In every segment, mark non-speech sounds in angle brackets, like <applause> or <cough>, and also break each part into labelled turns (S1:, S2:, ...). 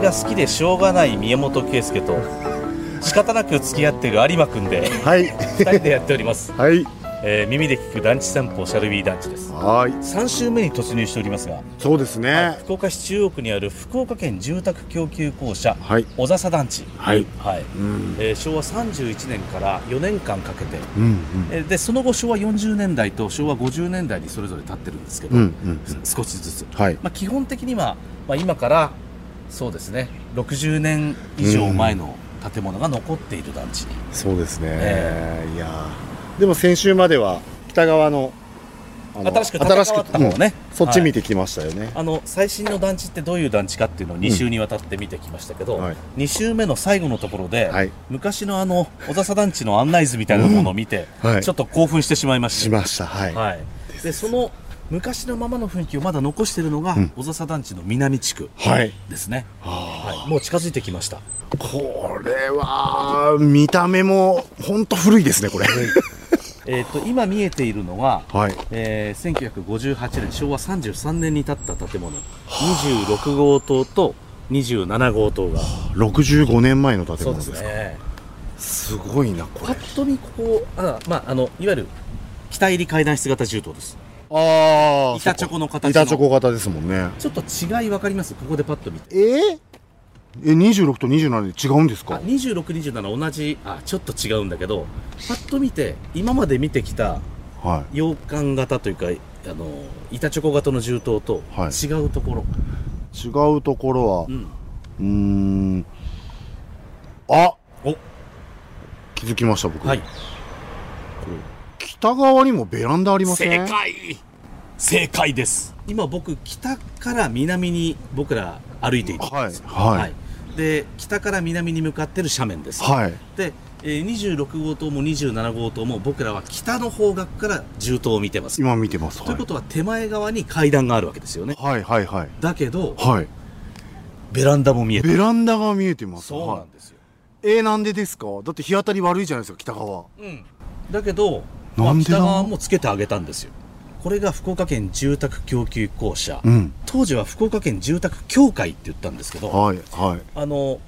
S1: が好きでしょうがない宮本圭介と仕方なく付き合っている有馬くんで
S2: はい
S1: 2人でやっております、
S2: はい
S1: えー耳で聞く団地散歩シャルビー団地です
S2: はい
S1: 3週目に突入しておりますが
S2: そうですね
S1: 福岡市中央区にある福岡県住宅供給公社
S2: はい
S1: 小笹団地、
S2: はい
S1: はい
S2: うん
S1: えー昭和31年から4年間かけて、
S2: うん
S1: えーでその後昭和40年代と昭和50年代にそれぞれ立ってるんですけど、
S2: うんうんうん
S1: 少しずつ、
S2: はい
S1: まあ、基本的には、まあ、今からそうですね60年以上前の建物が残っている団地に、
S2: そうですね、
S1: え
S2: いやーでも先週までは北側のあの
S1: 新しく建て替わった方をね、
S2: うんそっち見
S1: て、
S2: てきましたよね、
S1: あの最新の団地ってどういう団地かっていうのを2週にわたって見てきましたけど、
S2: はい
S1: 2週目の最後のところで、
S2: はい
S1: 昔のあの小笹団地の案内図みたいなものを見て、
S2: はい
S1: ちょっと興奮してしまいました
S2: しましたはい、
S1: はい、でその昔のままの雰囲気をまだ残しているのが、
S2: うん
S1: 小笹団地の南地区
S2: はい
S1: ですね、
S2: あ
S1: はい、もう近づいてきました
S2: ーこれは見た目も本当古いですねこれ
S1: えっ、と今見えているのは、
S2: <laughs> はい
S1: えー1958年昭和33年に建った建物26号棟と27号棟が
S2: 65年前の建
S1: そう
S2: 物
S1: で
S2: です
S1: す
S2: かす,、
S1: ね
S2: ごいなこ
S1: パ
S2: れ
S1: ッと見ここあまああのいわゆる北入り階段室型住棟です
S2: ああ
S1: 板チョコの形の
S2: 板チョコ型ですもんね
S1: ちょっと違い分かりますここでパッと見て
S2: えー、え26と27で違うんです
S1: あ
S2: か
S1: 2627同じあちょっと違うんだけどパッと見て今まで見てきた
S2: は
S1: 洋館型というかあの板チョコ型の銃刀と
S2: はい
S1: 違うところ、
S2: い違うところは
S1: うん
S2: うーんあ
S1: お
S2: 気づきました僕、
S1: はい
S2: 北側にもベランダありますね
S1: 解正解です今僕北から南に僕ら歩いていて
S2: はいはい
S1: で北から南に向かってる斜面です、
S2: はい
S1: で、えー26号棟も27号棟も僕らは北の方角から銃刀を見てます
S2: 今見てます
S1: と
S2: はいいう
S1: ことは手前側に階段があるわけですよね
S2: はいはいはい
S1: だけど
S2: はい
S1: ベランダも見えて
S2: ベランダが見えてます
S1: そうな
S2: はい
S1: んですよ、
S2: えー、なんでですかだって日当たり悪いじゃないですか北側
S1: うん、だけど、ま
S2: な
S1: あ、
S2: んで
S1: 北
S2: だ
S1: 側もつけてあげたんですよこれが福岡県住宅供給公社、
S2: ん
S1: 当時は福岡県住宅協会って言ったんですけど
S2: はいはい
S1: あの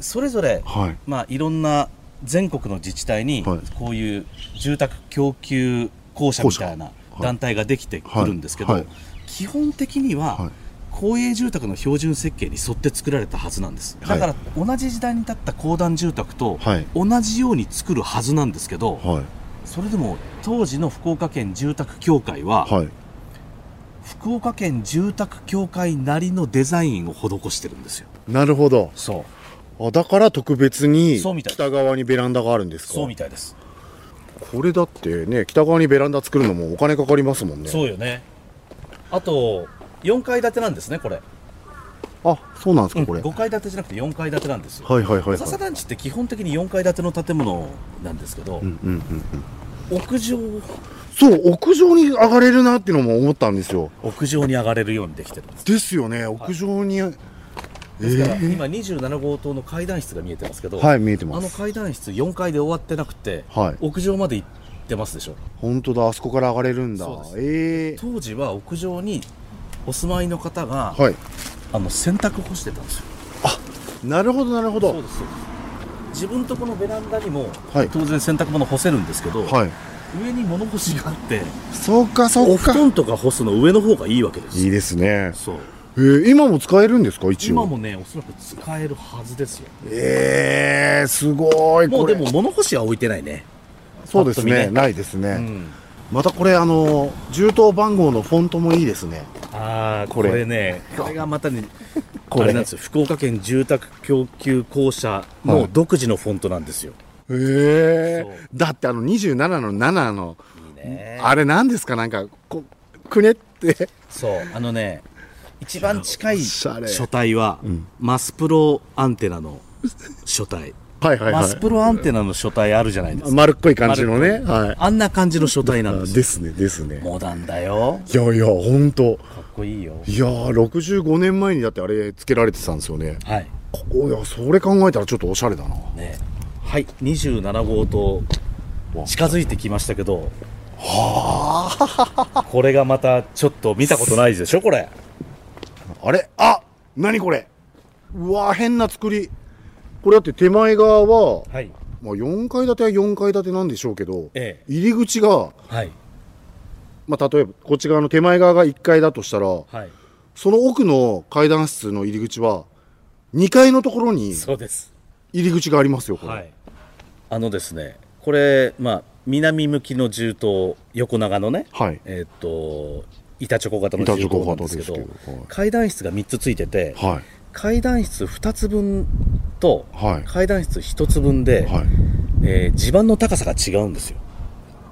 S1: それぞれ、
S2: はい
S1: まあ、いろんな全国の自治体に
S2: はい
S1: こういう住宅供給公社みたいな
S2: 公社
S1: 団体ができてくるんですけど、
S2: はいはい
S1: 基本的には、
S2: はい
S1: 公営住宅の標準設計に沿って作られたはずなんです
S2: は
S1: だ
S2: い
S1: から同じ時代に建った公団住宅と
S2: はい
S1: 同じように作るはずなんですけど、
S2: はい
S1: それでも当時の福岡県住宅協会は、
S2: はい
S1: 福岡県住宅協会なりのデザインを施してるんですよ
S2: なるほど
S1: そう
S2: あだから特別に
S1: そうみたいです
S2: 北側にベランダがあるんですか
S1: そうみたいです、
S2: これだってね北側にベランダ作るのもお金かかりますもんね
S1: そうよねあと4階建てなんですねこれ
S2: あそうなんですかこれ、
S1: 5階建てじゃなくて4階建てなんですよ、
S2: はいはいはいはい
S1: 笹団地って基本的に4階建ての建物なんですけど、
S2: うんうんうんうん
S1: 屋上
S2: そう屋上に上がれるなっていうのも思ったんですよ
S1: 屋上に上がれるようにできてるんです
S2: ですよね屋上に、え
S1: ですから、
S2: ー
S1: 今27号棟の階段室が見えてますけど、
S2: はい見えてま
S1: あの
S2: す
S1: 階段室4階で終わってなくて、
S2: はい
S1: 屋上まで行ってますでしょ
S2: 本当だあそこから上がれるんだ
S1: そう
S2: ええ
S1: 当時は屋上にお住まいの方が、
S2: はい
S1: あの洗濯干してたんですよ
S2: なるほどなるほど
S1: ですそうです自分とこのベランダにも、
S2: はい
S1: 当然洗濯物干せるんですけど、
S2: はい
S1: 上に物干しがあって
S2: そうかそ
S1: お
S2: うか
S1: 布団とか干すの上の方がいいわけです
S2: いいですね
S1: そう
S2: えー、今も使えるんですか一応
S1: 今もねおそらく使えるはずですよ
S2: えー、すごい
S1: も
S2: こ
S1: う
S2: れ
S1: でも物干しは置いてないね
S2: そうです
S1: パッ
S2: ね
S1: と見ね
S2: ないですね、
S1: うん
S2: またこれあの銃刀番号のフォントもいいですね
S1: ああ
S2: こ
S1: こ
S2: れ
S1: れねこれがまたね
S2: これ
S1: あれなんですよ福岡県住宅供給公社
S2: は
S1: の
S2: い
S1: 独自のフォントなんですよ、そ
S2: ええだってあの27の7の
S1: いいね
S2: あれなんですかなんかこくねって
S1: そうあのね一番近い
S2: おしゃれ
S1: 書体は、マスプロアンテナの書体、
S2: <laughs> はいはいは
S1: マスプ
S2: い
S1: ロアンテナの書体あるじゃないですか
S2: 丸っこい感じのねはい
S1: あんな感じの書体なんですよ
S2: ですねですね
S1: モダンだよ
S2: いやいやほんと
S1: かっこいいよ
S2: いやー65年前にだってあれつけられてたんですよね
S1: はい
S2: ここいやそれ考えたらちょっとおしゃれだな
S1: ねはい27号棟近づいてきましたけどはあこれがまたちょっと見たことないでしょこれ
S2: あれあ何これうわー変な造りこれだって手前側は、
S1: はい
S2: まあ、4階建ては4階建てなんでしょうけど
S1: え
S2: 入り口が、
S1: えはい
S2: まあ、例えばこっち側の手前側が1階だとしたら
S1: はい
S2: その奥の階段室の入り口は2階のところに
S1: そうです
S2: 入り口がありますよこれ、
S1: はいあのですねこれまあ南向きの銃刀横長のね
S2: はい
S1: えーっと板チョコ型の
S2: 板
S1: 銃
S2: チョ
S1: 刀
S2: コ
S1: なん
S2: 型
S1: です
S2: で
S1: け
S2: す
S1: ど
S2: けどはい
S1: 階段室が3つついてて
S2: はい
S1: 階段室2つ分と
S2: はい
S1: 階段室1つ分で、
S2: はい
S1: えー地盤の高さが違うんですよ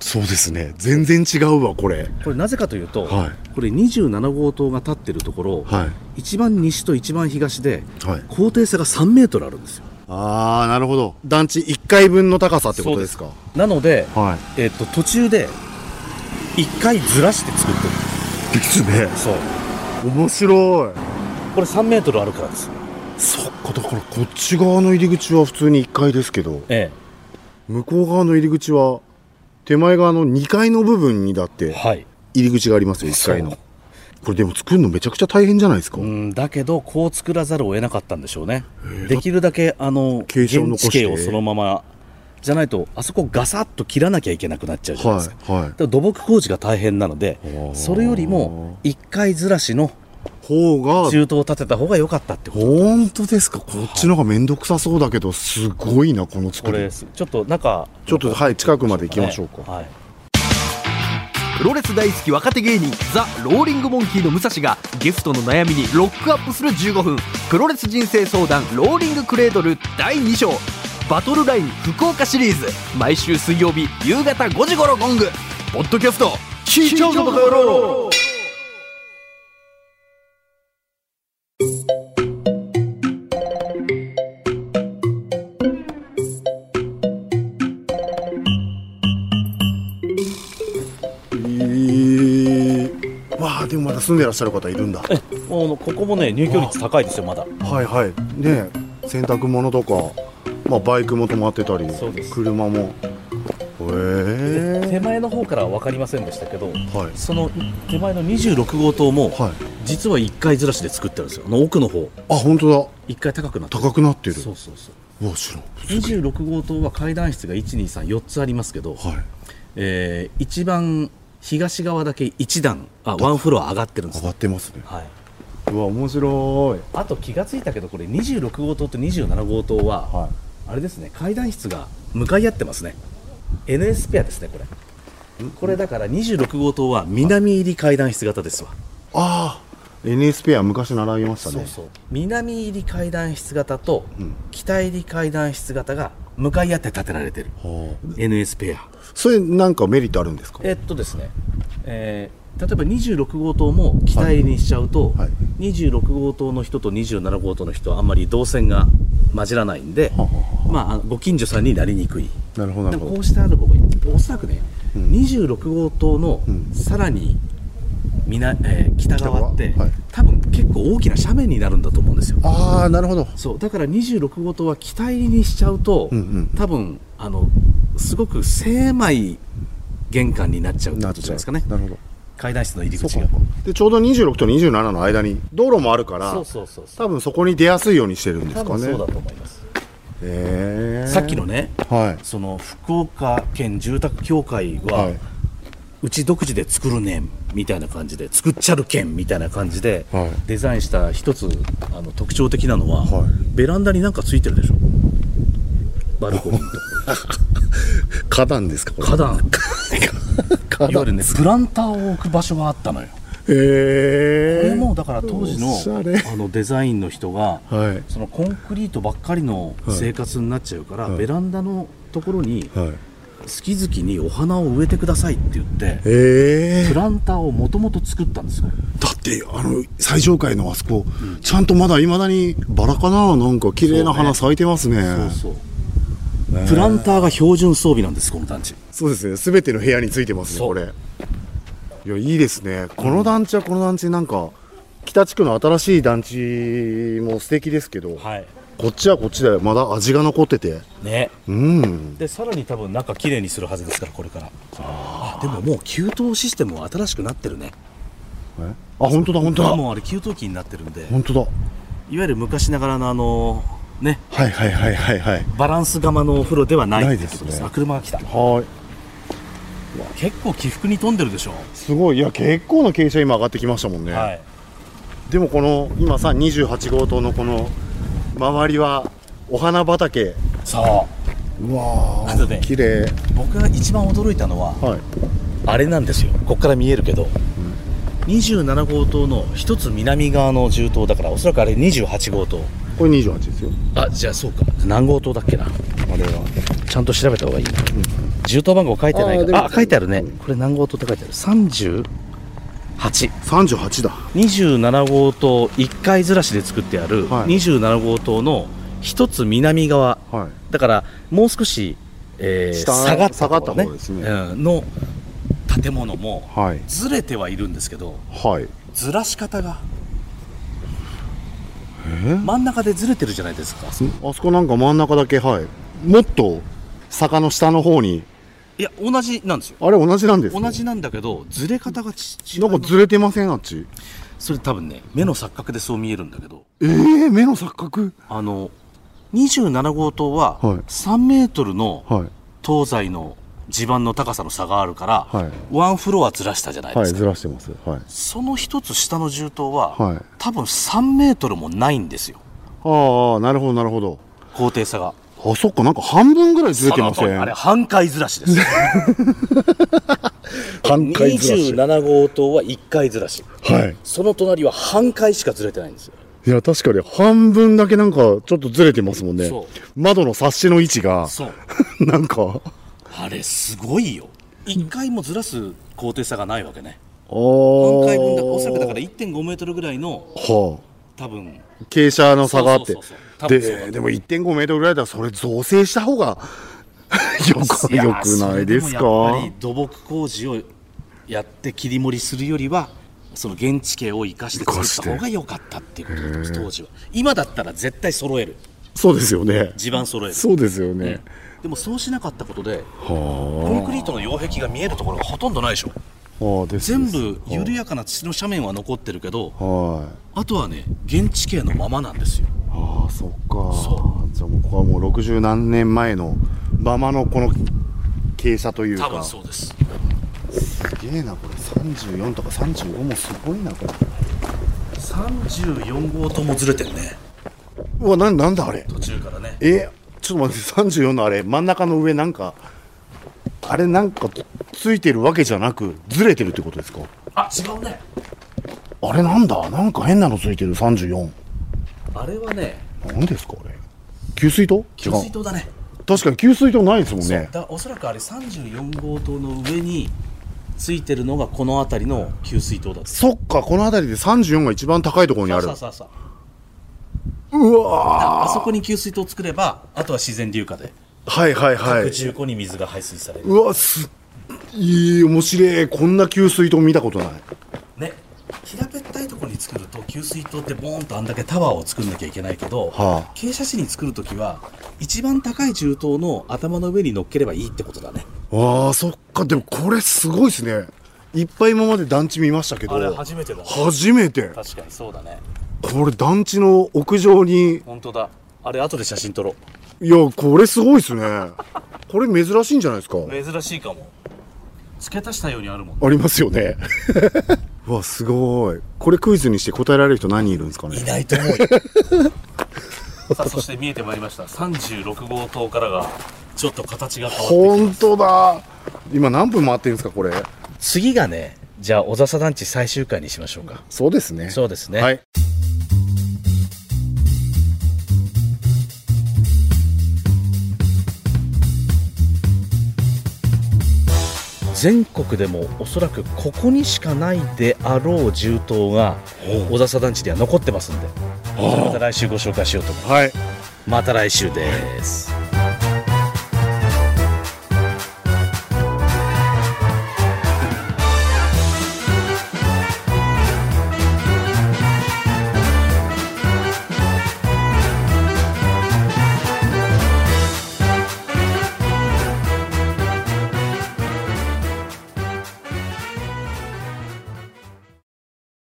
S2: そうですね全然違うわこれ
S1: これなぜかというと、
S2: は
S1: これ27号棟が立ってるところ、
S2: はい
S1: 一番西と一番東で
S2: はい
S1: 高低差が3メートルあるんですよ
S2: ああなるほど団地1階分の高さってことですか
S1: なので、
S2: は
S1: えっと途中で1回ずらして作ってる
S2: いですね
S1: そう
S2: 面白い
S1: これ3メートルあるからです
S2: そっかだからこっち側の入り口は普通に1階ですけど
S1: え
S2: 向こう側の入り口は手前側の2階の部分にだっ
S1: え
S2: て
S1: はい
S2: 入り口がありますよ1階の
S1: そう
S2: これでも作るのめちゃくちゃ大変じゃないですか、
S1: うんだけどこう作らざるを得なかったんでしょうねできるだけあの
S2: 形状を残
S1: 現
S2: して
S1: 地形をそのままじゃないとあそこガサッと切らなきゃいけなくなっちゃうじゃないですか、
S2: はいはい
S1: だから土木工事が大変なので
S2: ー
S1: それよりも1回ずらしの
S2: 方が
S1: 中東を建てた方が良かったってこと
S2: 本当ですかこっちの方が面倒くさそうだけどすごいなこの作
S1: これ
S2: り
S1: ですちょっと中
S2: ちょっとはい近くまで行きましょうか、
S1: はい、
S3: プロレス大好き若手芸人ザ・ローリングモンキーの武蔵がゲストの悩みにロックアップする15分プロレス人生相談ローリングクレードル第2章バトルライン福岡シリーズ毎週水曜日夕方5時頃ゴングポッドキャスト聞いちゃうぞバカ野郎
S2: えー、わあでもまだ住んでらっしゃる方いるんだは
S1: もうここもね入居率高いですよまだ
S2: いはいねえ洗濯物とか、まあ、バイクも止まってたり
S1: そうです
S2: 車もへえ
S1: 手前の方からは分かりませんでしたけど
S2: はい
S1: その手前の26号棟も、
S2: はい
S1: 実は1階ずらしで作ってあるんですよあの奥の方
S2: あ本当
S1: 1階高くなって
S2: だ
S1: る
S2: 高くなってる
S1: そうそうそう
S2: うわ知らん
S1: 26号棟は階段室が1234つありますけど、
S2: はい
S1: えー一番東側だけ1段あワンフロア上がってるんです
S2: 上がってますね
S1: はい、
S2: うわ面白い
S1: あと気がついたけどこれ26号棟と27号棟は、
S2: は
S1: あれですね階段室が向かい合ってますね NS ペアですねこれこれだから26号棟は南入り階段室型ですわ
S2: ああ NS ペア昔習いましたね
S1: そうそう南入り階段室型と
S2: ん
S1: 北入り階段室型が向かい合って建てられてる
S2: はあ
S1: NS ペア
S2: それなんかメリットあるんですか
S1: えっとですね、えー例えば26号棟も北入りにしちゃうと、
S2: はい
S1: 26号棟の人と27号棟の人はあんまり動線が混じらないんで、
S2: はは
S1: まああの、ご近所さんになりにくい。
S2: なるほど
S1: で
S2: なるほ
S1: も
S2: ど
S1: こうしてある方がいいおそらくね、
S2: ん
S1: 26号棟の
S2: うん
S1: さらに南、えー北側って
S2: 北側はい
S1: 多分結構大きな斜面になるんだと思うんですよ
S2: ああなるほど
S1: そうだから26号棟は北入りにしちゃうと、
S2: うんうん
S1: 多分あのすごく狭い玄関になっちゃうってことじゃないですかね
S2: なるほど
S1: 階段室の入り
S2: そう
S1: 口
S2: か
S1: が
S2: でちょうど26と27の間に道路もあるから
S1: そうそうそうそう
S2: 多分そこに出やすいようにしてるんです
S1: 多
S2: か
S1: 分
S2: ね
S1: そうだと思います、
S2: へえ
S1: さっきのね
S2: はい
S1: その福岡県住宅協会は、
S2: は
S1: うち独自で作るねんみたいな感じで作っちゃるけんみたいな感じで、
S2: はい
S1: デザインした一つあの特徴的なのは、
S2: はい
S1: ベランダになんかついてるでしょバルコニーと
S2: <laughs> い花壇ですかこれ
S1: 花壇いわゆる
S2: 花壇
S1: ねプランターを置く場所があったのよ
S2: へえ
S1: これもだから当時の
S2: おしゃれ
S1: あのデザインの人が、
S2: はい
S1: そのコンクリートばっかりの生活になっちゃうから、
S2: はい
S1: ベランダのところに好
S2: はい
S1: き好きにお花を植えてくださいって言って
S2: え
S1: プランターをもともと作ったんですよ
S2: だってあの最上階のあそこ、ちゃんとまだいまだにバラかななんか綺麗な花咲いてますね
S1: そうそうプランターが標準装備なんですこの団地
S2: そうですね全ての部屋についてますね
S1: そう
S2: これいやいいですねこの団地はこの団地なんか北地区の新しい団地も素敵ですけど、
S1: はい
S2: こっちはこっちでまだ味が残ってて
S1: ね
S2: うん
S1: でさらに多分中綺麗にするはずですからこれからあでももう給湯システムは新しくなってるね
S2: あ本当だ本当
S1: あ
S2: だ
S1: もうあれ給湯器になってるんで
S2: 本当だ
S1: いわゆる昔ながらのあのね
S2: はいはいはいはいはい
S1: バランス釜のお風呂ではない
S2: ないですね
S1: ってことあ車が来た
S2: はい
S1: 結構起伏に富んでるでしょ
S2: すごいいや結構な傾斜今上がってきましたもんね、
S1: はい
S2: でもこの今さ28号棟のこの周りはお花畑
S1: そう
S2: わ
S1: あとね
S2: 綺麗
S1: う僕が一番驚いたのは
S2: はい
S1: あれなんですよここから見えるけど、27号棟の一つ南側の銃棟だからおそらくあれ28号棟
S2: これ28ですよ
S1: あじゃあそうか何号棟だっけな
S2: あれは
S1: ちゃんと調べた方がいいな、銃刀番号書いてな
S2: あー
S1: い
S2: で
S1: かあ
S2: も
S1: 書いてあるね、
S2: うん
S1: これ何号棟って書いてある38
S2: 38だ
S1: 27号棟1階ずらしで作ってある
S2: はい
S1: 27号棟の一つ南側
S2: はい
S1: だからもう少し、えー
S2: 下
S1: 下がった方,、
S2: 下がった方ですね
S1: うんの建物も
S2: はい
S1: ずれてはいるんですけど
S2: はい
S1: ずらし方が真ん中でずれてるじゃないですか
S2: あそこなんか真ん中だけはいもっと坂の下の方に
S1: いや同じなんですよ
S2: あれ同じなんですね
S1: 同じなんだけどずれ方がち違
S2: な
S1: うん
S2: かずれてませんあっち
S1: それ多分ね目の錯覚でそう見えるんだけど
S2: ええ目の錯覚
S1: あの27号棟は
S2: はい
S1: 3メートルの
S2: はい
S1: 東西の地盤の高さの差があるから、
S2: はい
S1: ワンフロアずらしたじゃないで
S2: はい
S1: すか、
S2: ずらしてますはい
S1: その一つ下の銃刀は、
S2: はい
S1: 多分3メートルもないんですよ
S2: ああなるほどなるほど
S1: 高低差が
S2: あそっかなんか半分ぐらいずれてませ
S1: その通り
S2: ん
S1: あれ半回ずらしです
S2: <laughs> 半回ずらし
S1: 27号棟は1回ずらし
S2: はい
S1: その隣は半回しかずれてないんですよ
S2: いや確かに半分だけなんかちょっとずれてますもんね
S1: そ
S2: 窓の冊子の位置が
S1: そう
S2: <laughs> なんか
S1: あれすごいよ1回もずらす高低差がないわけね半
S2: 半
S1: 回分だおそらくだから1.5メートルぐらいの
S2: は
S1: 多分
S2: あ傾斜の差があっ
S1: そ
S2: て
S1: うそうそうそう多分そうだと
S2: ででも1.5メートルぐらいだったらそれ造成した
S1: <laughs>
S2: 方がよくよくないですか
S1: やそれでもやっぱり土木工事をやって切り盛りするよりはその現地形を生かして作った方が良かったっていうことだと思います当時は今だったら絶対揃える
S2: そうですよね
S1: 地盤揃える
S2: そうですよね、
S1: でもそうしなかったことでコ
S2: は
S1: ンクリートの擁壁が見えるところがほとんどないでしょ
S2: あはあです
S1: 全部緩やかな土の斜面は残ってるけど
S2: はい
S1: あとはね現地形のままなんですよ
S2: ああそっか
S1: そ
S2: じゃあもうここはもう60何年前のままのこの傾斜というか
S1: 多分そうです
S2: すげえなこれ34とか35もすごいなこれ
S1: 34号ともずれてるね
S2: うわなんなんだあれ
S1: 途中からね
S2: えちょっと待って34のあれ真ん中の上なんかあれなんかついてるわけじゃなくずれてるってことですか
S1: あ違うね
S2: あれなんだなんか変なのついてる34
S1: あれはね
S2: 何ですかあれ給水塔
S1: 給水塔だね
S2: 違う確かに給水塔ないですもん
S1: だ
S2: ね
S1: からおそらくあれ34号棟の上についてるのがこの辺りの給水塔だった
S2: そっかこの辺りで34が一番高いところにある
S1: さあさあさあ
S2: うわ
S1: ああそこに給水塔を作ればあとは自然流下で
S2: はいはいは
S1: 各
S2: い
S1: 重庫に水が排水される
S2: うわすいい面白いこんな給水塔見たことない
S1: ね平べったいところに作ると給水塔ってボーンとあんだけタワーを作んなきゃいけないけど、
S2: はあ
S1: 傾斜地に作るときは一番高い重塔の頭の上に乗っければいいってことだね
S2: あーそっかでもこれすごいですねいっぱい今まで団地見ましたけど
S1: あれ初めてだね
S2: 初めて
S1: 確かにそうだね
S2: これ団地の屋上に
S1: 本当だあれ後で写真撮ろ
S2: いやこれすごいですねこれ珍しいんじゃないですか
S1: う珍しいかも付け足したようにあるもん
S2: ありますよね <laughs> うわすごいこれクイズにして答えられる人何人いるんですかね
S1: いないと思うよ <laughs> さあそして見えてまいりました36号棟からがちょっと形が変わって
S2: 本当だ今何分回ってるんですかこれ
S1: 次がねじゃあ小笹団地最終回にしましょうか
S2: そうですね
S1: そうですね
S2: はい
S1: 全国でもおそらくここにしかないであろう銃刀が小笹団地には残ってますんでそれまた来週ご紹介しようと思いま
S2: はい
S1: すまた来週です